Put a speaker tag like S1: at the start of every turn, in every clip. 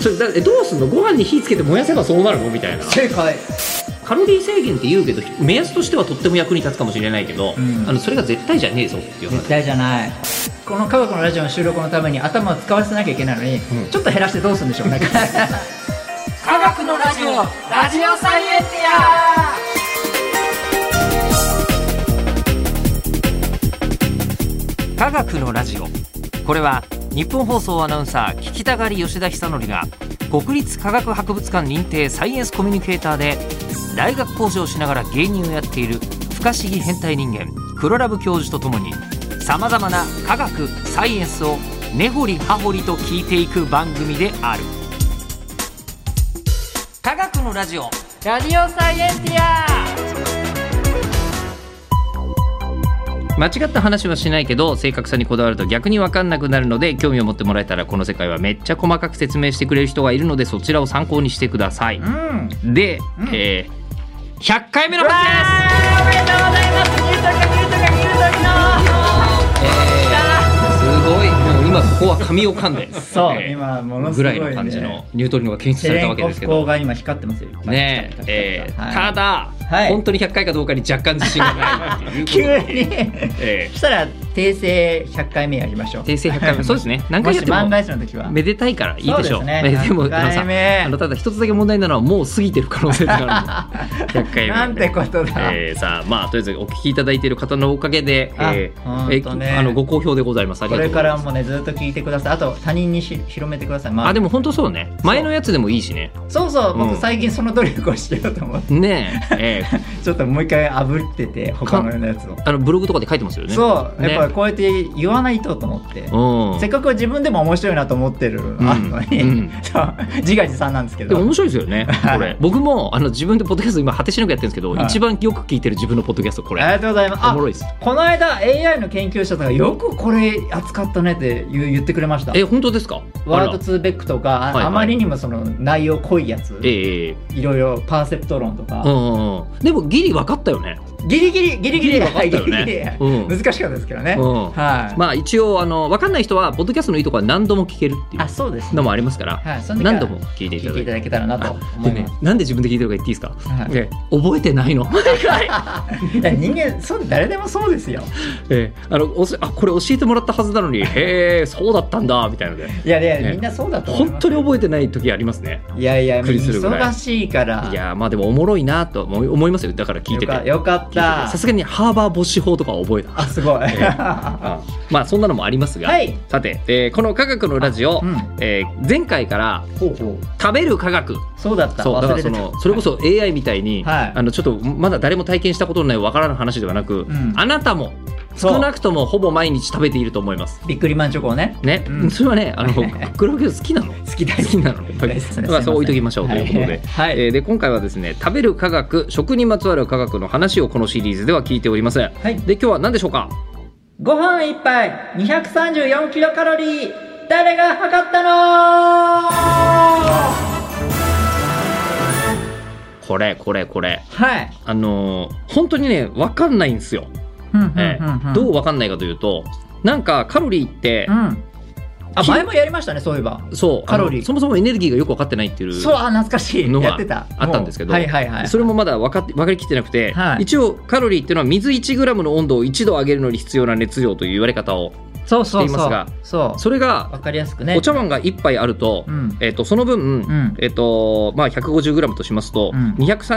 S1: それだえどうすんのご飯に火つけて燃やせばそうなるのみたいな
S2: 正解
S1: カロリー制限って言うけど目安としてはとっても役に立つかもしれないけど、
S2: ん
S1: あのそれが絶対じゃねえぞっていう話
S2: 絶対じゃないこの科学のラジオの収録のために頭を使わせなきゃいけないのに、
S1: うん
S2: ちょっと減らしてどうするんでしょう ね
S3: 科学のラジオラジオサイエンティア科学のラジオこれは日本放送アナウンサー聞きたがり吉田久典が国立科学博物館認定サイエンスコミュニケーターで大学講師をしながら芸人をやっている不可思議変態人間黒ラブ教授とともにさまざまな科学サイエンスを根掘り葉掘りと聞いていく番組である。科学のラジオラジオサイエンティア
S1: 間違った話はしないけど正確さにこだわると逆に分かんなくなるので興味を持ってもらえたらこの世界はめっちゃ細かく説明してくれる人がいるのでそちらを参考にしてください、
S2: うん
S1: で、えー100回目の回ですすごいもう今ここは紙を噛んで
S2: そう、
S1: えー
S2: 今もの
S1: ぐ
S2: すご
S1: ら
S2: い、ね、
S1: いの感じのニュートリノが検出
S2: セ
S1: され
S2: レ
S1: た
S2: ン
S1: わけ
S2: コ
S1: ですけ
S2: フ
S1: ど
S2: 光が今光ってますよ
S1: ね
S2: ピカピカピカピカ
S1: ええー
S2: はい
S1: ただ、
S2: はい
S1: 本当に100回かどうかに若干自信がないっていうこと
S2: 急
S1: で
S2: に
S1: え
S2: そしたら訂正100回目やりましょう
S1: ー訂正100回目そうですね何回やって
S2: も
S1: も
S2: し万が一の時は
S1: めでたいからいいでしょ
S2: そう
S1: う。
S2: ですね
S1: えでも、
S2: 100
S1: あの
S2: 回目
S1: さあのただ一つだけ問題なのはもう過ぎてる可能性があるの。100回目
S2: なんてことだ、
S1: えーさあまあとりあえずお聞きいただいている方のおかげで、
S2: あ
S1: えー
S2: ほんとね
S1: えーあのご好評でございます。ありが
S2: こ
S1: とう
S2: れ
S1: ござ
S2: か
S1: い
S2: ら
S1: ます。
S2: もねずっと聞いてくださいあと他人にし広めてください、ま
S1: あでも本当そうね。前のやつでもいいしね。
S2: そうそう
S1: うん
S2: 僕最近その努力をしようと思って
S1: ね え、えー
S2: ちょっともう一回炙ってて他のやつを
S1: あのブログとかで書いてますよね。
S2: そう、
S1: ね
S2: やっぱりこうやって言わないとと思って、
S1: うん。
S2: せっかく自分でも面白いなと思ってる
S1: うん
S2: のあるのに、
S1: うん
S2: そう自画自賛なんですけ
S1: で
S2: ど
S1: も面白いですよね、これ。僕もあの自分でポッドキャスト今果てしなくやってるんですけど、
S2: はい
S1: 一番よく聞いてる自分のポッドキャストこ
S2: あり
S1: れ。
S2: がとうございます
S1: お
S2: あ
S1: もろいです。
S2: この間 AI の研究者とかよくこれ扱ったねって言う言ってくれました
S1: え本当ですか？
S2: ワールド
S1: あら
S2: ツーベックとかあ,、
S1: いはい
S2: まりにもその内容濃いやつ、
S1: ええ
S2: いろいろパーセプト論と
S1: う
S2: か、
S1: んうんうん、でもギリ分かったよね。
S2: ギリギリギリギ
S1: ギリ
S2: リ
S1: 分かったよね
S2: ギリギリ
S1: うん
S2: 難しかったですけどね、
S1: うん
S2: はい、
S1: まあ一応あの分かんない人はポッドキャストのいいとこは何度も聞けるってい
S2: あ
S1: う
S2: そうですね
S1: のもありますから、
S2: はいその時は
S1: 何度も聞いてい
S2: 聞
S1: た
S2: い
S1: だ
S2: て
S1: い
S2: い
S1: て
S2: た。だけたらなと
S1: あ
S2: 思
S1: で
S2: いま
S1: ね
S2: す、
S1: なんで自分で聞いてるか言っていいですか、
S2: はい
S1: ええ覚えてないの
S2: いや人間そう誰でもそうですよ
S1: ええあのおしあこれ教えてもらったはずなのにへえそうだったんだみたいなので
S2: いやいや、
S1: ね
S2: みんなそうだと思い
S1: 本
S2: ま
S1: 当
S2: す
S1: に覚えてない時ありますね
S2: いやいや
S1: びっくりするぐらい
S2: 忙しいから
S1: いやーまあでもおもろいなと思い思いますよだから聞いて
S2: よ
S1: て
S2: かよかっ
S1: 聞いて
S2: た
S1: てさすがにハーバー母子法とかは覚えた
S2: あすごい、
S1: ええあまあそんなのもありますが、
S2: はい
S1: さて、えーこの科学のラジオ、
S2: うん
S1: えー前回から
S2: ほうほう
S1: 食べる科学
S2: そうだった
S1: そうだか
S2: 忘れ
S1: ら
S2: てた
S1: そのそれこそ AI みたいに、
S2: はい
S1: あのちょっとまだ誰も体験したことのないわからぬ話ではなく、
S2: ん
S1: あなたも
S2: そう
S1: 少なくともほぼ毎日食べていると思います。
S2: ビックリマンチョコをね
S1: ね、
S2: うん
S1: それは ねあの黒木好きなの
S2: 好きだ
S1: 好きなの
S2: 大好きです
S1: まあそう置いときましょうということで、
S2: はい
S1: えーで今回はですね食べる科学食にまつわる科学の話をこのシリーズでは聞いております、
S2: い
S1: で今日は何でしょうか
S2: ご飯一杯234キロカロリー誰が測ったのは
S1: これこれこれ
S2: い、
S1: あのー本当にね分かんないんですよ、えーどう分かんないかというとなんかカロリーって、
S2: うんあ
S1: き
S2: 前もやりましたねそういえば
S1: そう
S2: カロ
S1: あ
S2: リー
S1: のそもそもエネルギーがよく分かってないっていう
S2: そうあ懐かしい
S1: の
S2: やっ
S1: が
S2: てた
S1: あったんですけど
S2: もうはいはいはい
S1: それもまだ分かって分かりきってなくて、
S2: はい
S1: 一応カロリーっていうのは水 1g の温度を1度上げるのに必要な熱量という言われ方を
S2: そうそう
S1: してい
S2: そ
S1: ます
S2: う
S1: が
S2: そう
S1: それが
S2: わかりやすくね
S1: お茶碗が1杯あると,、
S2: うん
S1: えっとその分、
S2: ん
S1: えっとまあ、150g としますと、
S2: うん
S1: 234kcal
S2: う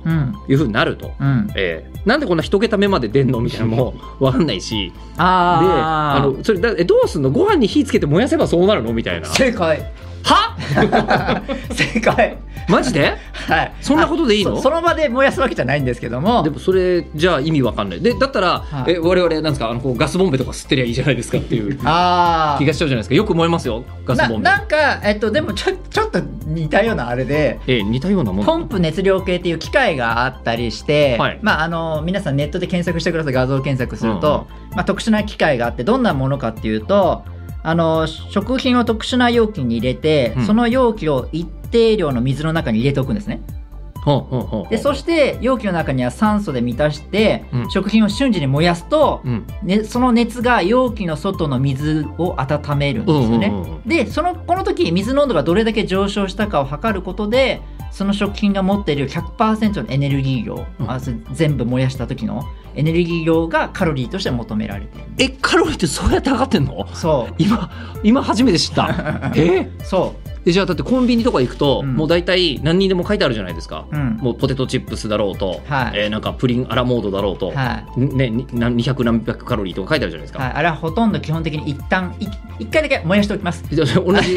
S1: と
S2: ん
S1: いうふうになると。
S2: うん
S1: えーなんでこんな一桁目まで出んのみたいなのもわかんないしで
S2: あ
S1: あ
S2: ー
S1: のそれだえどうすんのご飯に火つけて燃やせばそうなるのみたいな
S2: 正 解
S1: は
S2: 正解
S1: マジで
S2: はい
S1: そんなことでいいの
S2: あそその場で燃やすわけじゃないんですけども
S1: でもそれじゃあ意味わかんないでだったら、
S2: はい
S1: え我々なんですかあのこうガスボンベとか吸ってりゃいいじゃないですかっていう
S2: あ
S1: 気がしちゃうじゃないですかよく燃えますよガ
S2: あ
S1: ス
S2: な
S1: ボンベ、
S2: なんかえっとでもちょちょっと似たようなあれで
S1: えー似たようなもの
S2: ポンプ熱量計っていう機械があったりして、
S1: はい
S2: まあ、あの皆さんネットで検索してください画像検索すると、まあ、特殊な機械があってどんなものかっていうとあの食品を特殊な容器に入れて、
S1: うん
S2: その容器を一定量の水の中に入れておくんですね
S1: ほうほうほう
S2: でそして容器の中には酸素で満たして、
S1: うん
S2: 食品を瞬時に燃やすと、
S1: うん
S2: ね、その熱が容器の外の水を温めるんですよね。
S1: うんうんうん
S2: でそのこの時水の温度がどれだけ上昇したかを測ることでその食品が持っている100%のエネルギー量、
S1: うん
S2: あす全部燃やした時のエネルギー量がカロリーとして求められている
S1: えカロリーってそうやって測ってんの
S2: そ
S1: 今今初めて知った え
S2: うそ
S1: えじゃあだってコンビニとか行くと、
S2: うん
S1: もう大体何にでも書いてあるじゃないですか
S2: う、うん
S1: もうポテトチップスだろうと、
S2: はい
S1: えーなんかプリンアラモードだろうと、
S2: はい
S1: ね、に何200何百カロリーとか書いてあるじゃないですか、
S2: はい、あれはほとんど基本的に一旦い一回だけ燃やしておきます
S1: じゃあ同 じ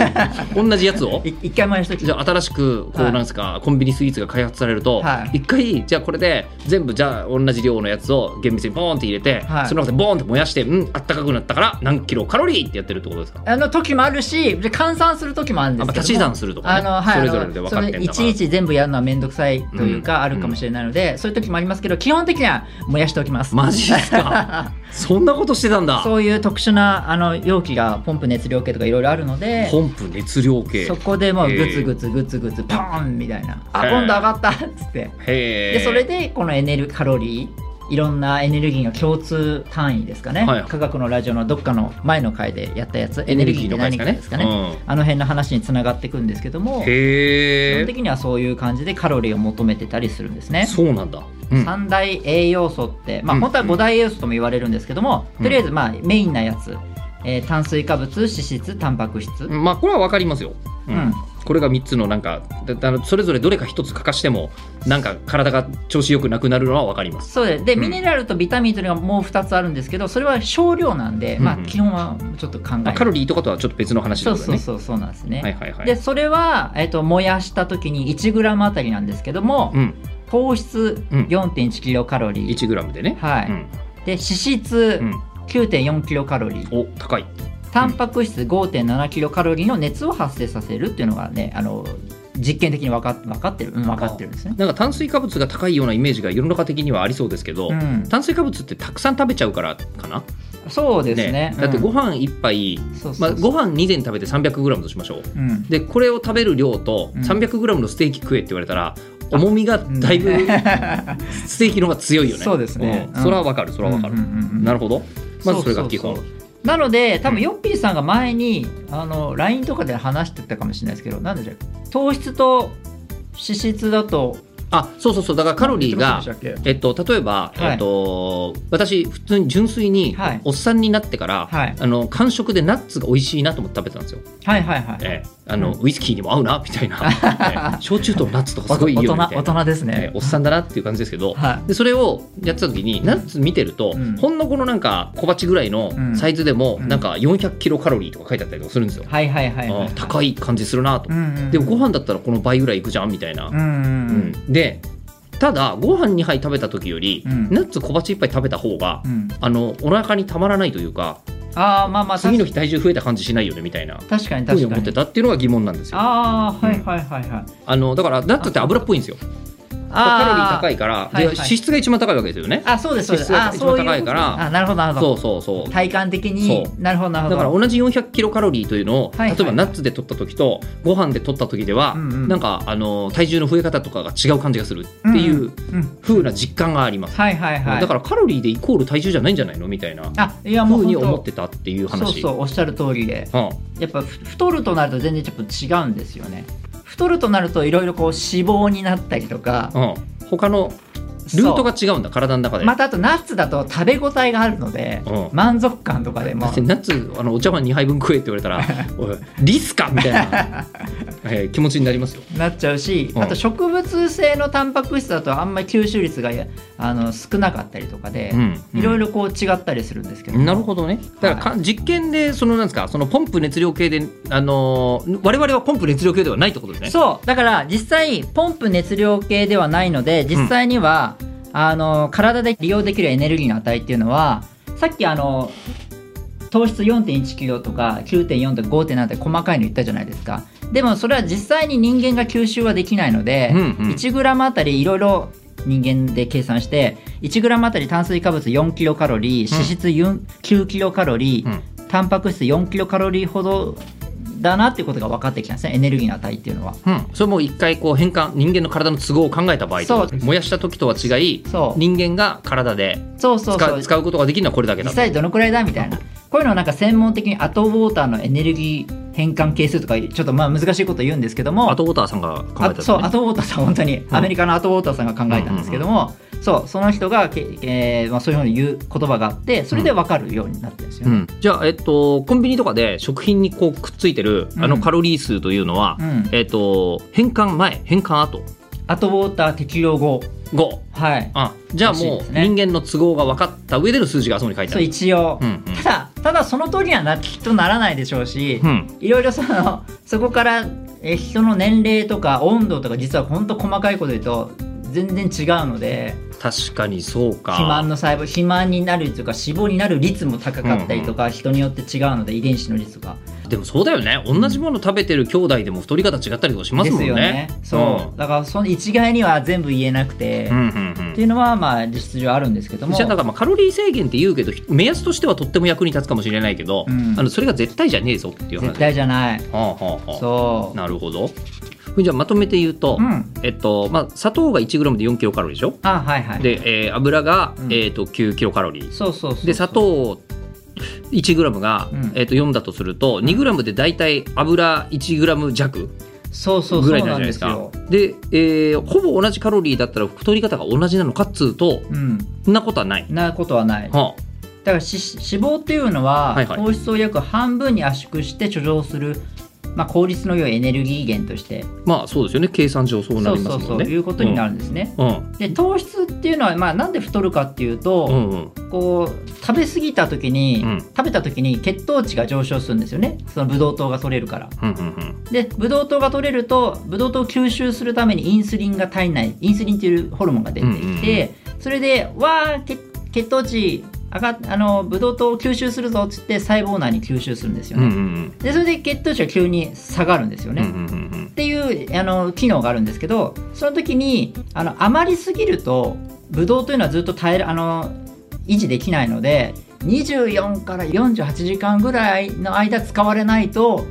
S1: 同じやつを
S2: い一回燃やしておき
S1: じ
S2: ま
S1: ゃあ新しくこう
S2: は
S1: ないんですか、コンビニスイーツが開発されると、
S2: はい
S1: 一回じゃあこれで全部じゃあ同じ量のやつを厳密にボーンって入れて、
S2: はい
S1: その中でボーンって燃やしてうんあったかくなったから何キロカロリーってやってるってことですか
S2: すあの時もあるしで換算する時もあるんで
S1: あ
S2: す
S1: まあ
S2: けども
S1: 足し算するとか、
S2: あ
S1: ね
S2: のはい、
S1: それぞれで分かって
S2: あ
S1: んだか
S2: のそれ
S1: ら
S2: いちいち全部やるのは面倒くさいというか、
S1: うん
S2: あるかもしれないので、そういう時もありますけど基本的には燃やしておきます
S1: マ ジですかそんなことしてたんだ
S2: そういう特殊なあの容器がポンプ熱量計とかいろいろあるので
S1: ポンプ熱量計
S2: そこでもうグツグツグツグツポーンみたいな「あ今度上がった」っつって
S1: へえ
S2: でそれでこのエネルカロリーいろんなエネルギーの共通単位ですかね、
S1: はい
S2: 科学のラジオのどっかの前の回でやったやつエ
S1: エネ
S2: ネル
S1: ル
S2: ギ
S1: ギ
S2: ー
S1: ー
S2: って
S1: の回
S2: 何
S1: です
S2: か
S1: か
S2: で
S1: ね
S2: すかねあの辺の話につながっていくんですけども
S1: うん、
S2: 基
S1: へ
S2: 本
S1: え
S2: 的にはそういう感じでカロリーを求めてたりするんですね。
S1: そうなんだ、うん
S2: 三大栄養素って、まあ、
S1: うん
S2: 本当は五大栄養素とも言われるんですけども、
S1: うん
S2: とりあえずまあメインなやつ、えー炭水化物脂質タンパク質、
S1: うんまあこれは分かりますよ、う
S2: うんん
S1: これが3つのなんかだだあのそれぞれどれか1つ欠かしてもなんか体が調子よくなくなるのは分かります
S2: そうでで
S1: うん
S2: ミネラルとビタミンというのがもう2つあるんですけどそれは少量なんで、まあ、
S1: うんうん
S2: 基本はちょっと考えな
S1: あ
S2: い
S1: カロリーとかとはちょっと別の話だ
S2: そう
S1: けど
S2: そう
S1: ね
S2: そうそうなんですね、
S1: はいはいはい
S2: でそれは、えっと燃やした時に 1g あたりなんですけども、
S1: うん
S2: 糖質
S1: うん
S2: 4.1kcal、
S1: 1g でね、
S2: はい
S1: うん
S2: で脂質
S1: うん、
S2: 9.4kcal、
S1: お高い
S2: タンパク質 5.7kcal の熱を発生させるっていうのがねあの実験的に分か分かってる、うん、分かってるんですね。
S1: なんか炭水化物が高いようなイメージが世の中的にはありそうですけど、
S2: うん、
S1: 炭水化物ってたくさん食べちゃうからかな
S2: そうですね
S1: だって
S2: うん
S1: ご飯1杯、
S2: そう
S1: ま
S2: そ
S1: あ、
S2: うそう
S1: ご飯2膳食べて 300g としましょう
S2: うん
S1: でこれを食べる量と
S2: うん
S1: 300g のステーキ食えって言われたら、重みが だいぶステーキの方が強いよね。
S2: そうですね
S1: んそれはわかる、それはわかる。
S2: うんうんうんうん
S1: なるほど。まずそれが基本。
S2: そうそうそうなので多
S1: う
S2: 分
S1: ん
S2: ヨッピーさんが前に、あの LINE とかで話してたかもしれないですけどなんでじゃ糖質と脂質だと
S1: あ、そうそうそう。だからカロリーが
S2: 言ってましたっ
S1: えっと例えば、
S2: はい
S1: えっと私普通に純粋に、
S2: はい
S1: おっさんになってから、
S2: はい
S1: あの間食でナッツが美味しいなと思って食べてたんですよ。
S2: けはいはいはい、
S1: ええあの、
S2: う
S1: ウイスキーにも合うなみたいな。 ええ焼酎とナッツとかすごいいいよみ
S2: 大
S1: たい
S2: 人大
S1: な。
S2: 人です
S1: ええ
S2: ね、
S1: おっさんだなっていう感じですけど、
S2: はい
S1: でそれをやってた時にナッツ見てると、
S2: うん
S1: ほんのこのなんか小鉢ぐらいの
S2: うん
S1: サイズでも、
S2: うん
S1: なんか400キロカロリーとか書いてあったりとかするんですよ、
S2: はいはいはいはい
S1: あ高い感じするなと、
S2: うんうん
S1: でもご飯だったらこの倍ぐらいいくじゃんみたいな
S2: う、んうん
S1: う
S2: うん
S1: んでただご飯2杯食べた時より、
S2: うん
S1: ナッツ小鉢1杯食べた方が、
S2: うん
S1: あのお腹にたまらないというか
S2: ああまあまあ
S1: 次の日
S2: 確
S1: 体重増えた感じしないよねみたいなふ
S2: 確か
S1: う
S2: に
S1: に
S2: 確か
S1: 思っ
S2: に
S1: てたっていうのが疑問なんですよあ
S2: ああはいはいはいはい
S1: のだからナッツって油っぽいんですよカロリー高
S2: い
S1: いから、
S2: はい
S1: で
S2: はい
S1: 脂質が一番高いわけですよね
S2: あそうですそうです
S1: 脂質が
S2: あーそうい
S1: 一
S2: う
S1: 番高いから
S2: ことあなるほどなるほ
S1: そ
S2: ど
S1: うそうそう
S2: 体感的に
S1: そ
S2: なるほどなるほ
S1: だ
S2: ど
S1: から同じ400キロカロリーというのを、
S2: はいはい
S1: 例えばナッツで取った時とご飯で取った時では、
S2: うんうん
S1: なんかあの体重の増え方とかが違う感じがするってい
S2: ん
S1: う
S2: うん
S1: 風な実感があります、
S2: はいはいはい
S1: だからカロリーでイコール体重じゃないんじゃないのみたいな
S2: あいやもう
S1: 風に
S2: 本当
S1: 思ってたっていう
S2: そう
S1: 話
S2: そうおっしゃる通りで
S1: うん
S2: やっぱふ太るとなると全然ちょっと違うんですよね太るとなるといろいろこう脂肪になったりとか
S1: うん他のルートが違うんだ体の中で、
S2: またあとナッツだと食べ応えがあるので
S1: うん
S2: 満足感とかで
S1: だ
S2: も
S1: ってナッツあのお茶碗2杯分食えって言われたら 「おいリスか!」みたいな、えー気持ちになりますよ。
S2: なっちゃうし、
S1: うん
S2: あと植物性のタンパク質だとあんまり吸収率があの少なかったりとかで、
S1: うんうん
S2: いろいろこう違ったりするんですけども
S1: なるほどね。だからか、実験でそのなんですか、そのポンプ熱量計で、あのー我々はポンプ熱量計ではないってことですね。
S2: そうだから実際ポンプ熱量計ではないので実際には、あの体で利用できるエネルギーの値っていうのはさっきあの糖質4 1キロとか9.4とか5.7って細かいの言ったじゃないですかでもそれは実際に人間が吸収はできないので、
S1: うんうん
S2: 1g あたりいろいろ人間で計算して 1g あたり炭水化物4キロカロリー脂質4 9キロカロリー、
S1: うん
S2: タンパク質4キロカロリーほどだなっていうことが分かってきたんですねエネルギーの値っていうのは。
S1: うん、それも一回こう変換人間の体の都合を考えた場合と
S2: そう
S1: 燃やした時とは違い
S2: そう
S1: 人間が体で
S2: そうそう
S1: 使
S2: そう
S1: う使うことができるのはこれだけだ
S2: 実際どのくらいだみたいなこういうのをなんか専門的にアトウォーターのエネルギー変換係数とかちょっとまあ難しいこと言うんですけども
S1: アトウォーターさんが考えたん
S2: あ
S1: です
S2: そうア
S1: ね
S2: トウォーターさん本当に
S1: ん
S2: アメリカのアトウォーターさんが考えたんですけども、そうその人がけ、えーまあ、そういうふうに言う言葉があってそれで分かるようになってるんですよ
S1: う
S2: ね。
S1: ん、じゃあ、えっと、コンビニとかで食品にこうくっついてるあのカロリー数というのは、
S2: うん
S1: えっと、変換前変換後
S2: アトウォーター適用後
S1: 5
S2: はい
S1: あじゃあ
S2: らしい
S1: も
S2: です
S1: う
S2: ね
S1: 人間の都合が分かった上での数字があそこに書いてあ
S2: そう
S1: る
S2: 一応、
S1: うん
S2: ただただその通りにはなきっとならないでしょうし、
S1: うんうん
S2: いろいろそのそこからえー人の年齢とか温度とか実は本当細かいこと言うと全然違うので
S1: 確かにそうか
S2: 肥満の細胞肥満になるとか脂肪になる率も高かったりとか、人によって違うので遺伝子の率とか。
S1: でもそうだよね同じもの食べてる兄弟でも太り方違ったりとかしますもんね
S2: ですよね。そう、だからその一概には全部言えなくて、
S1: う
S2: っ
S1: んうんうん
S2: ていうのはまあ実情あるんですけども
S1: じゃあだからまあカロリー制限って言うけど目安としてはとっても役に立つかもしれないけど、
S2: うん
S1: あのそれが絶対じゃねえぞっていう話
S2: 絶対じゃない。
S1: はあはあはあ
S2: そ
S1: なるほどじゃあまとめて言うと、
S2: う。うん。
S1: えっとまあ、砂糖が 1g で 4kcal でしょ
S2: あはいはい。
S1: で、えー油が、
S2: うん
S1: えー、と 9kcal
S2: そうそうそうそう。
S1: で砂糖 1g が、
S2: うん
S1: えー、と4だとすると 2g で大体油 1g 弱
S2: そうそう
S1: ぐ
S2: そ
S1: ら
S2: う
S1: いにな
S2: な
S1: るじゃ
S2: ん
S1: ないで
S2: ですす
S1: か
S2: よ。
S1: でえーほぼ同じカロリーだったら太り方が同じなのかっつうと
S2: うん。
S1: そんなことはない、
S2: なことはない。だ
S1: は
S2: からし脂肪っていうのは、
S1: はいはい
S2: 糖質を約半分に圧縮して貯蔵する。まあ、効率の良いエネルギー源として、
S1: あ、まあそうですよね計算上そうな
S2: そう
S1: ります
S2: そう
S1: も
S2: そ
S1: ん
S2: う
S1: ね
S2: いうことになるんですね。
S1: うん
S2: で糖質っていうのは、まあ、なんで太るかっていうと、
S1: うんうん
S2: こう食べ過ぎた時に、
S1: うん
S2: 食べた時に血糖値が上昇するんですよねそのブドウ糖が取れるから
S1: うんうん
S2: でブドウ糖が取れるとブドウ糖を吸収するためにインスリンが体内インスリンっていうホルモンが出てきて、それでわあ血血糖値上がっあのブドウ糖を吸収するぞっつって細胞内に吸収するんですよ
S1: うんうんう
S2: ね、
S1: んうん
S2: でそれで血糖値が急に下がるんですよね、
S1: うんうんうんうん
S2: っていうあの機能があるんですけどその時にあの余りすぎるとブドウというのはずっと耐えるあの維持できないので24から48時間ぐらいの間使われないと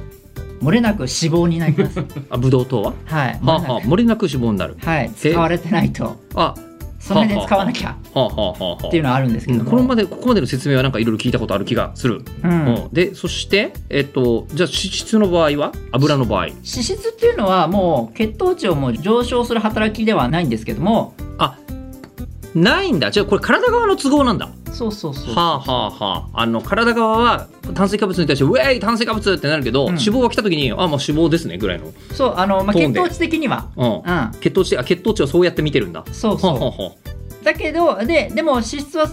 S2: 漏れなく死亡になり ます。
S1: あブドウ糖は
S2: はい、
S1: はあ
S2: 漏れな
S1: はあ漏れなく脂肪になる
S2: くはい、使われてないと
S1: あ
S2: それで使わなきゃ
S1: はあはあはあはあ
S2: っていうのはあるんですけ
S1: う
S2: ど
S1: んこの
S2: も、
S1: までここまでの説明はなんかいろいろ聞いたことある気がする、
S2: うん
S1: うんでそして、えっと、じゃあ脂質の場合は油の場合
S2: 脂質っていうのはもう血糖値をもう上昇する働きではないんですけども
S1: あないんだじゃあこれ体側の都合なんだは
S2: そうそうそう、
S1: あはあはああの体側は炭水化物に対して「ウェイ炭水化物!」ってなるけど、
S2: ん
S1: 脂肪が来た時に「あもう脂肪ですね」ぐらいの、
S2: そうあの、まあ、
S1: 飛
S2: 血
S1: んで
S2: 糖値的には、
S1: うん
S2: うん、
S1: 血糖値あ血糖値をそうやって見てるんだ
S2: そうそう
S1: はあはあはあ
S2: だけどででも脂質は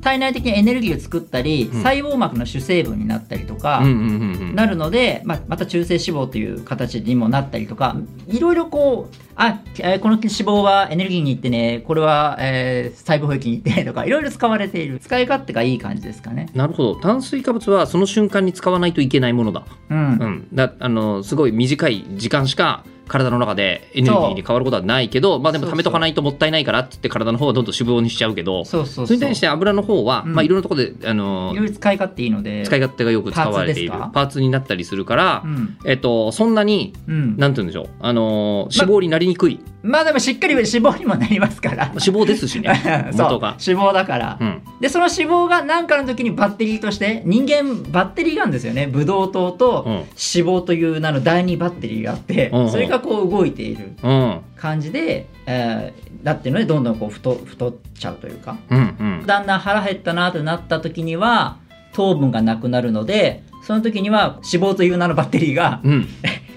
S2: 体内的にエネルギーを作ったり、
S1: うん
S2: 細胞膜の主成分になったりとか、
S1: うんうんうんうん
S2: なるので、まあ、また中性脂肪という形にもなったりとかいろいろこうあえーこの脂肪はエネルギーにいってねこれは、えー細胞壁にいってねとかいろいろ使われている使い勝手がいい感じですかね。
S1: なるほど炭水化物はその瞬間に使わないといけないものだ,、
S2: うん
S1: うん、だあのすごい短い時間しか体の中でエネルギーに変わることはないけど、まあ、でも
S2: そうそ
S1: 貯
S2: う
S1: めとかないともったいないからって言って体の方はどんどん脂肪にしちゃうけどそ
S2: そうそうそ
S1: れ
S2: う
S1: に対して油の方は、
S2: うん
S1: まあ、いろんなところであの
S2: いろいろ使い勝手いいので
S1: 使い勝手がよく使われている
S2: パーツですか
S1: パーツになったりするから、
S2: うん
S1: えっと、そんなに
S2: うん、
S1: なんて言うんでしょう、あの脂肪になりにくい、
S2: まあでもしっかり脂肪にもなりますから
S1: 脂肪ですし ね
S2: そ
S1: 元
S2: う脂
S1: が。
S2: 肪だから、
S1: うん
S2: でその脂肪が何かの時にバッテリーとして人間バッテリーがあるんですよねブドウ糖と
S1: うん
S2: 脂肪という名の第2バッテリーがあって、
S1: うんうん
S2: それがこう動いている
S1: うん
S2: 感じで、えーだっていうのでどんどんこう太太っちゃうというか
S1: うんうん
S2: だんだん腹減ったなってなった時には糖分がなくなるのでその時には脂肪という名のバッテリーが
S1: うん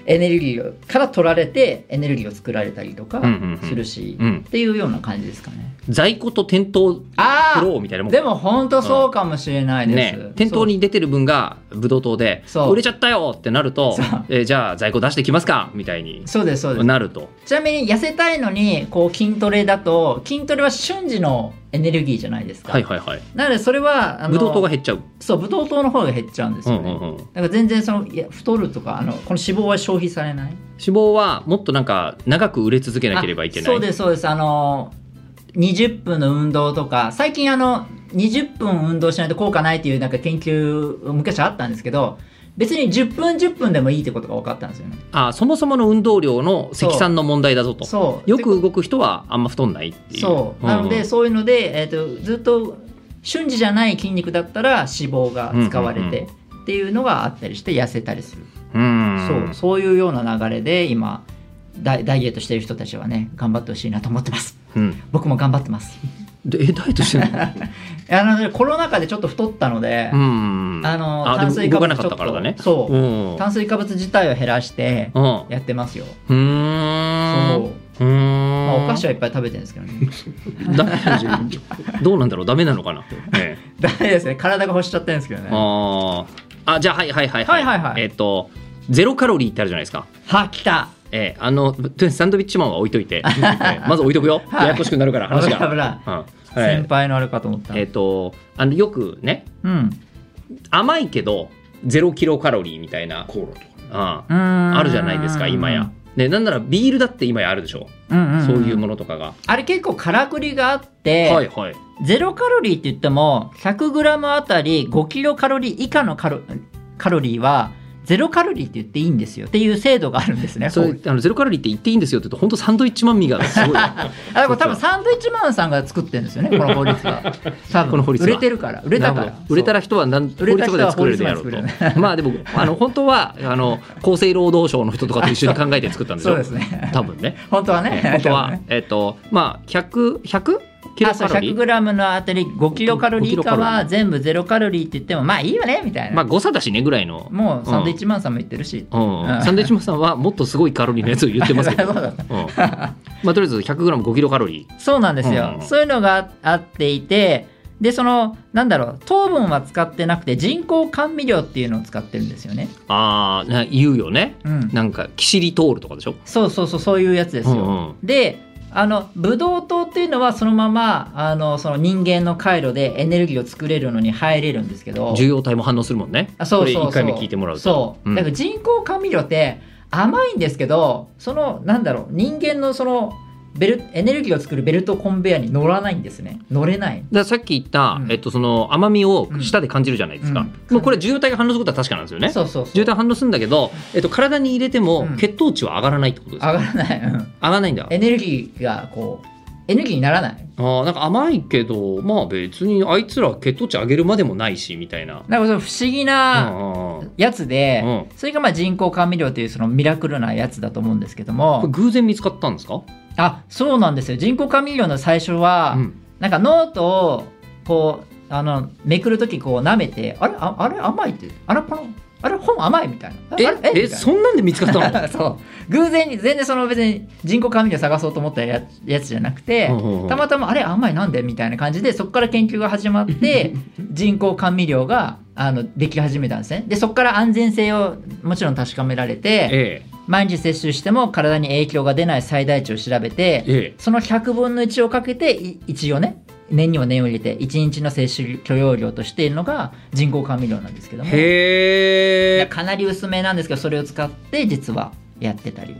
S2: エネルギーから取られてエネルギーを作られたりとか
S1: うんうんうん
S2: するし、
S1: うん
S2: っていうような感じですかね。
S1: 在庫と店頭フ
S2: あー
S1: ローみたいなもん
S2: でも本当そうかもしれないです。
S1: ね、店頭に出てる分がブドウ糖で
S2: そう
S1: 売れちゃったよってなると
S2: そう、
S1: えーじゃあ在庫出してきますかみたいに
S2: そうそうですそうです。
S1: なると
S2: ちなみに痩せたいのにこう筋トレだと筋トレは瞬時のエネルギーじゃないですか。
S1: はいはいはい
S2: なのでそれはあの
S1: ブドウ糖が減っちゃう
S2: そうブドウ糖の方が減っちゃうんです
S1: う
S2: よ
S1: ん
S2: ね。
S1: うんうん
S2: だから全然そのいや太るとかあのこの脂肪は消費されない。
S1: 脂肪はもっとなんか長く売れ続けなければいけない
S2: あそうですそうですあの20分の運動とか最近あの20分運動しないと効果ないっていうなんか研究昔あったんですけど別に10分10分でもいいってことが分かったんですよね
S1: あそもそもの運動量の積算の問題だぞと
S2: そう
S1: よく動く人はあんま太んないっていう
S2: そうなので、そういうので、えー、とずっと瞬時じゃない筋肉だったら脂肪が使われてっていうのがあったりして痩せたりす
S1: う
S2: る、
S1: んうん
S2: そうそういうような流れで今ダイダイエットしてる人たちはね頑張ってほしいなと思ってます
S1: うん
S2: 僕も頑張ってます
S1: でえダイエットしてる の
S2: あのコロナ禍でちょっと太ったので、
S1: うん
S2: あの
S1: あで
S2: 炭
S1: も
S2: 水
S1: 動
S2: 化
S1: かな
S2: 物ち
S1: かっ
S2: ょっ
S1: た
S2: と
S1: からだね
S2: そううん炭水化物自体を減らして
S1: うん
S2: やってますよ、
S1: うー
S2: そ
S1: ん
S2: う、
S1: うーん
S2: まあ、お菓子はいっぱい食べてるんですけ どね
S1: ダメなんじゃどうなんだろうダメなのかな、 ええ
S2: ダメですね体が欲しちゃってるんですけどねは
S1: あーあじゃあはいはいはい
S2: はいはいはい
S1: えっ、とゼロカロリーってあるじゃないですか
S2: っ来た
S1: ええあのとりあえずサンドビッチマンは置いと いて、ええまず置いとくよ、
S2: はい
S1: ややこしくなるから話
S2: 危ない危
S1: が、
S2: な
S1: うん
S2: い、
S1: はい
S2: 先輩のあれかと思った、
S1: えっ、とあのよくね
S2: うん
S1: 甘いけどゼロキロカロリーみたいな、
S4: コーラとかね
S1: うん、あ
S2: あ
S1: るじゃないですか今や、、ね、なんならビールだって今やあるでしょ、
S2: うんうんん
S1: そういうものとかが、
S2: あれ結構からくりがあって、
S1: はいはい
S2: ゼロカロリーって言っても 100g あたり5キロカロリー以下のカロカロリーはゼロカロリーって言っていいんですよっていう制度があるんですね
S1: それあのゼロカロリーって言っていいんですよって言うと本当サンドイッチマン味がす ごい
S2: あでも多分サンドイッチマンさんが作ってるんですよねこの法律は 多分
S1: この法律は
S2: 売れてるから売れたか
S1: なる
S2: ら
S1: ほど売れたら人は何
S2: 売れた人は
S1: 法律まで作れるでやろうとまあで もあの本当はあの厚生労働省の人とかと一緒に考えて作ったんです
S2: そう
S1: よ
S2: ですね
S1: 多分ね
S2: 本当はね
S1: ね本当
S2: 多
S1: は
S2: 分ね
S1: えっとまあ100 100キロ
S2: あそう
S1: カロリー
S2: 100g のあたり5キロカロリー以下は
S1: 5
S2: 全部ゼロカロリーって言ってもまあいいよねみたいな、
S1: まあ誤差だしねぐらいの
S2: もうサンドイッチマンさんも言ってるし、
S1: うん
S2: うん
S1: サンドイッチマンさんはもっとすごいカロリーのやつを言ってますけ ど、
S2: そううんだった
S1: まあ、とりあえず 100g5 キロカロリー
S2: そうなんですよ、
S1: うん
S2: そういうのがああっていてでそのなんだろう糖分は使ってなくて人工甘味料っていうのを使ってるんですよね、
S1: ああ言うよね
S2: うん、
S1: なんかキシリトールとかでしょ
S2: そうそうそうそういうやつですよ、
S1: うんうん
S2: であのブドウ糖っていうのはそのままあのその人間の回路でエネルギーを作れるのに入れるんですけど
S1: 受容体も反応するもんね
S2: あそうそうそう
S1: これ1回目聞いてもらうと
S2: そう、
S1: ん
S2: だから人工甘味料って甘いんですけどそのなんだろう人間のそのベルエネルギーを作るベルトコンベヤーに乗らないんですね乗れない
S1: だからさっき言った、
S2: うん
S1: えっと、その甘みを舌で感じるじゃないですか、
S2: うん
S1: もうこれは受容体が反応することは確かなんですよね
S2: そうそうそう
S1: 受容体反応するんだけど、えっと、体に入れても
S2: うん
S1: 血糖値は上がらないってことですか、
S2: 上がらない、うん
S1: 上がらないんだ
S2: エネルギーがこうエネルギーにならない
S1: あーなんか甘いけどまあ別にあいつら血糖値上げるまでもないしみたいな、
S2: なんかその不思議な
S1: うんうんうん
S2: やつで、
S1: うん
S2: それがまあ人工甘味料というそのミラクルなやつだと思うんですけど
S1: これ
S2: も
S1: 偶然見つかったんですか、
S2: あそうなんですよ人工甘味料の最初は、
S1: うん
S2: なんかノートをこうあのめくるときこう舐めてあれああれ甘いってあれパンあれ本甘いみたいな
S1: え
S2: あれ
S1: え
S2: みたいな
S1: そんなんで見つかった の
S2: そう偶然に全然その別に人工甘味料探そうと思ったややつじゃなくて、
S1: うんうんうん
S2: たまたまあれ甘いなんでみたいな感じでそこから研究が始まって 人工甘味料があのでき始めたんですねでそこから安全性をもちろん確かめられて
S1: ええ
S2: 毎日摂取しても体に影響が出ない最大値を調べて
S1: ええ
S2: その100分の1をかけてい一応ね年にも年を入れて1日の摂取許容量としているのが人工甘味料なんですけども
S1: へえ
S2: かなり薄めなんですけどそれを使って実はやってたり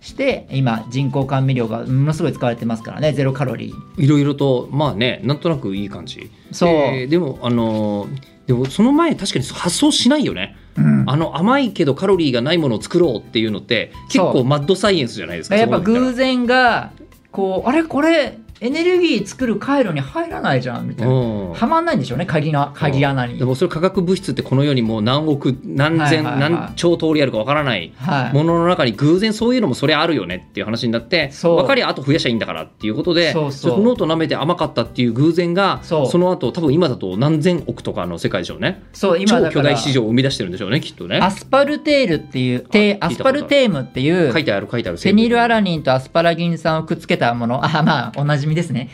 S2: して今人工甘味料がものすごい使われてますからねゼロカロリー
S1: いろいろとまあねなんとなくいい感じ
S2: そう
S1: えーでもあのーでもその前確かに発想しないよね
S2: うん
S1: あの甘いけどカロリーがないものを作ろうっていうのって結
S2: そ
S1: 構
S2: う
S1: マッドサイエンスじゃないですか
S2: やっぱ
S1: そこまで言
S2: 偶然がこうあれこれエネルギー作る回路に入らないじゃんみ
S1: った
S2: たい
S1: ら
S2: な
S1: うん
S2: はまんないんでしょうね鍵な鍵穴に
S1: でもそれ化学物質ってこの世にもう何億何千、
S2: はいはいはい
S1: 何兆通りあるかわからない
S2: はい
S1: ものの中に偶然そういうのもそれあるよねっていう話になって
S2: そう
S1: 分かりゃあと増やしゃいいんだからっていうことで
S2: そうそう
S1: ちょっとノート舐めて甘かったっていう偶然が
S2: そう
S1: の後多分今だと何千億とかの世界でしょうね
S2: そう今
S1: 超
S2: だ
S1: 巨
S2: から
S1: 大市場を生み出してるんでしょうねきっとね
S2: アスパルテールっていうて
S1: あ
S2: ア
S1: 聞い
S2: ス
S1: たことあ
S2: パ
S1: る
S2: ルテームっていう
S1: 書いてある書いてある
S2: フェニルアラニンとアスパラギン酸をくっつけたものあまあおなじみですね、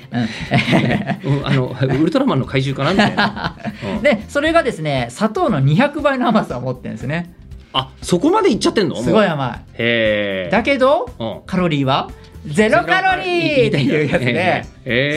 S2: う
S1: うん、あのウルトラマンの怪獣かなみたい な、うん
S2: ん、でそれがですね砂糖の200倍の甘さを持ってるんですね
S1: あそこまでいっちゃってんの
S2: すごい
S1: もう
S2: 甘
S1: へえ
S2: いだけど
S1: うん
S2: カロリーはゼロカロリーっていうやつで
S1: え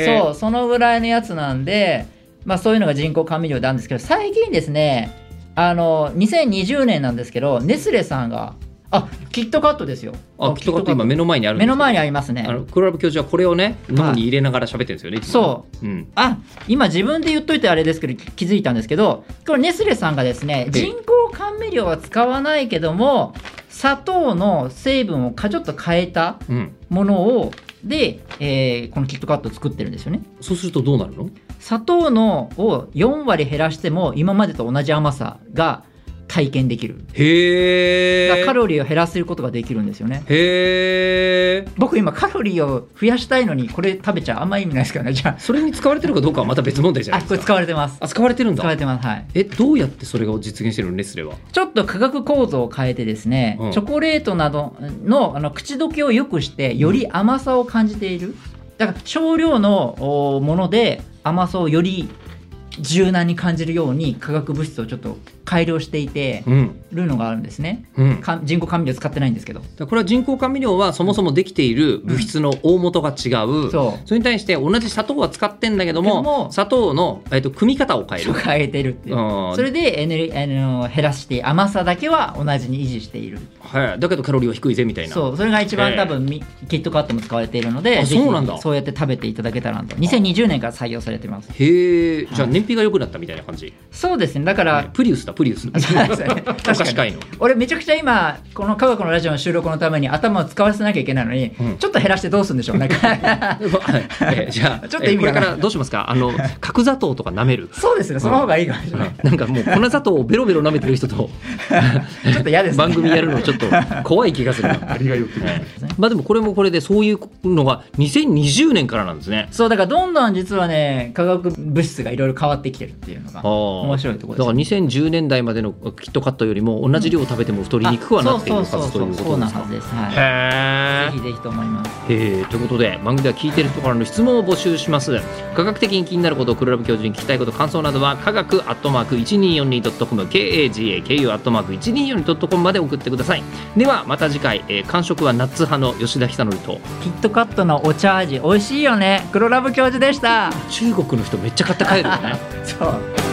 S1: え
S2: そうそのぐらいのやつなんで、まあ、そういうのが人工甘味料なんですけど最近ですねあの2020年なんですけどネスレさんがあキットカットですよ
S1: あきっとかって今目の前にあるんで
S2: 目
S1: すけ
S2: の
S1: ど
S2: 前にあります
S1: あ
S2: ね
S1: の黒ラブ教授はこれをね脳に入れながら喋ってるんですよね、、
S2: そう
S1: うん、
S2: あ今自分で言っといてあれですけど気気づいたんですけどこれネスレさんがですね
S1: え
S2: 人工甘味料は使わないけども砂糖の成分をかちょっと変えた
S1: うん、
S2: ものをで、えーこのキットカットを作ってるんですよね
S1: そうするとどうなるの
S2: 砂糖のを4割減らしても今までと同じ甘さが体験できる
S1: へ
S2: だから
S1: え
S2: カロリーを減らすことができるんですよね
S1: へえ
S2: 僕今カロリーを増やしたいのにこれ食べちゃあんま意味ないですからねじゃ
S1: それに使われてるかどうかはまた別問題じゃ
S2: あ
S1: な
S2: あ
S1: いです
S2: これ
S1: か
S2: 使われてます
S1: あ使われてるん
S2: 使われ
S1: だ
S2: てますはい
S1: えどうやってそれを実現してるのネスレは
S2: ちょっと化学構造を変えてですね、
S1: うん
S2: チョコレートなどのあの口どけを良くしてより甘さを感じている、だから少量のおもので甘さをより柔軟に感じるように化学物質をちょっと改良していて
S1: うん
S2: るのがあるんですね
S1: うんだか
S2: か人工甘味料使ってないんですけど
S1: らこれは人工甘味料はそもそもできている物質の大元が違う、
S2: そう
S1: それに対して同じ砂糖は使ってんだけども
S2: けども
S1: 砂糖の、えっと組み方を変える
S2: 変えてるっていう
S1: あー
S2: それでエネルあの減らして甘さだけは同じに維持している
S1: はい、だけどカロリーは低いぜみたいな
S2: そうそれが一番
S1: ええ
S2: 多分みキットカットも使われているので
S1: あ
S2: ぜひ
S1: そうなんだ
S2: そうやって食べていただけたらなと2020年から採用されてます
S1: へえじゃあ燃費が良くなったみたいな感じ、
S2: そうですねだから、
S1: プリウスだプリウス
S2: そうですね
S1: お菓
S2: 確
S1: 子
S2: か
S1: 買
S2: に
S1: いの
S2: 俺めちゃくちゃ今この科学のラジオの収録のために頭を使わせなきゃいけないのに、
S1: うん
S2: ちょっと減らしてどうするんでしょう なんか
S1: はいえじゃあ
S2: ちょっと意味
S1: えこれ
S2: がな
S1: か
S2: い
S1: らどうしますかあの角砂糖とか舐める
S2: そうですねその方がいいかもしれない、
S1: なんかもう粉砂糖をベロベロ舐めてる人と
S2: ちょっと嫌ですね
S1: 番組やるのちょっと怖い気がする なまあでもこれもこれでそういうのが2020年からなんですね
S2: そうだからどんどん実はね化学物質がいろいろ変わってきてるっていうのが面
S1: 面
S2: 白いところ
S1: だ
S2: です
S1: から2010年代までのキットカットよりも同じ量を食べても太りにくくはなっているは
S2: そう
S1: ずと
S2: そ
S1: いう
S2: そう
S1: こ
S2: うそ
S1: と
S2: う
S1: で
S2: な
S1: すか
S2: はずですはい
S1: へー
S2: ぜひぜひと思います
S1: えーということで番組では聞いてる人からの質問を募集します科学的に気になること黒ラブ教授に聞きたいこと感想などは科学アットマーク 1242.com KAGAKU アットマーク 1242.com まで送ってくださいではまた次回、えー感触はナッツ派の吉田久典と
S2: キットカットのお茶味美味しいよね黒ラブ教授でした
S1: 中国の人めっちゃ買って帰るよね
S2: そう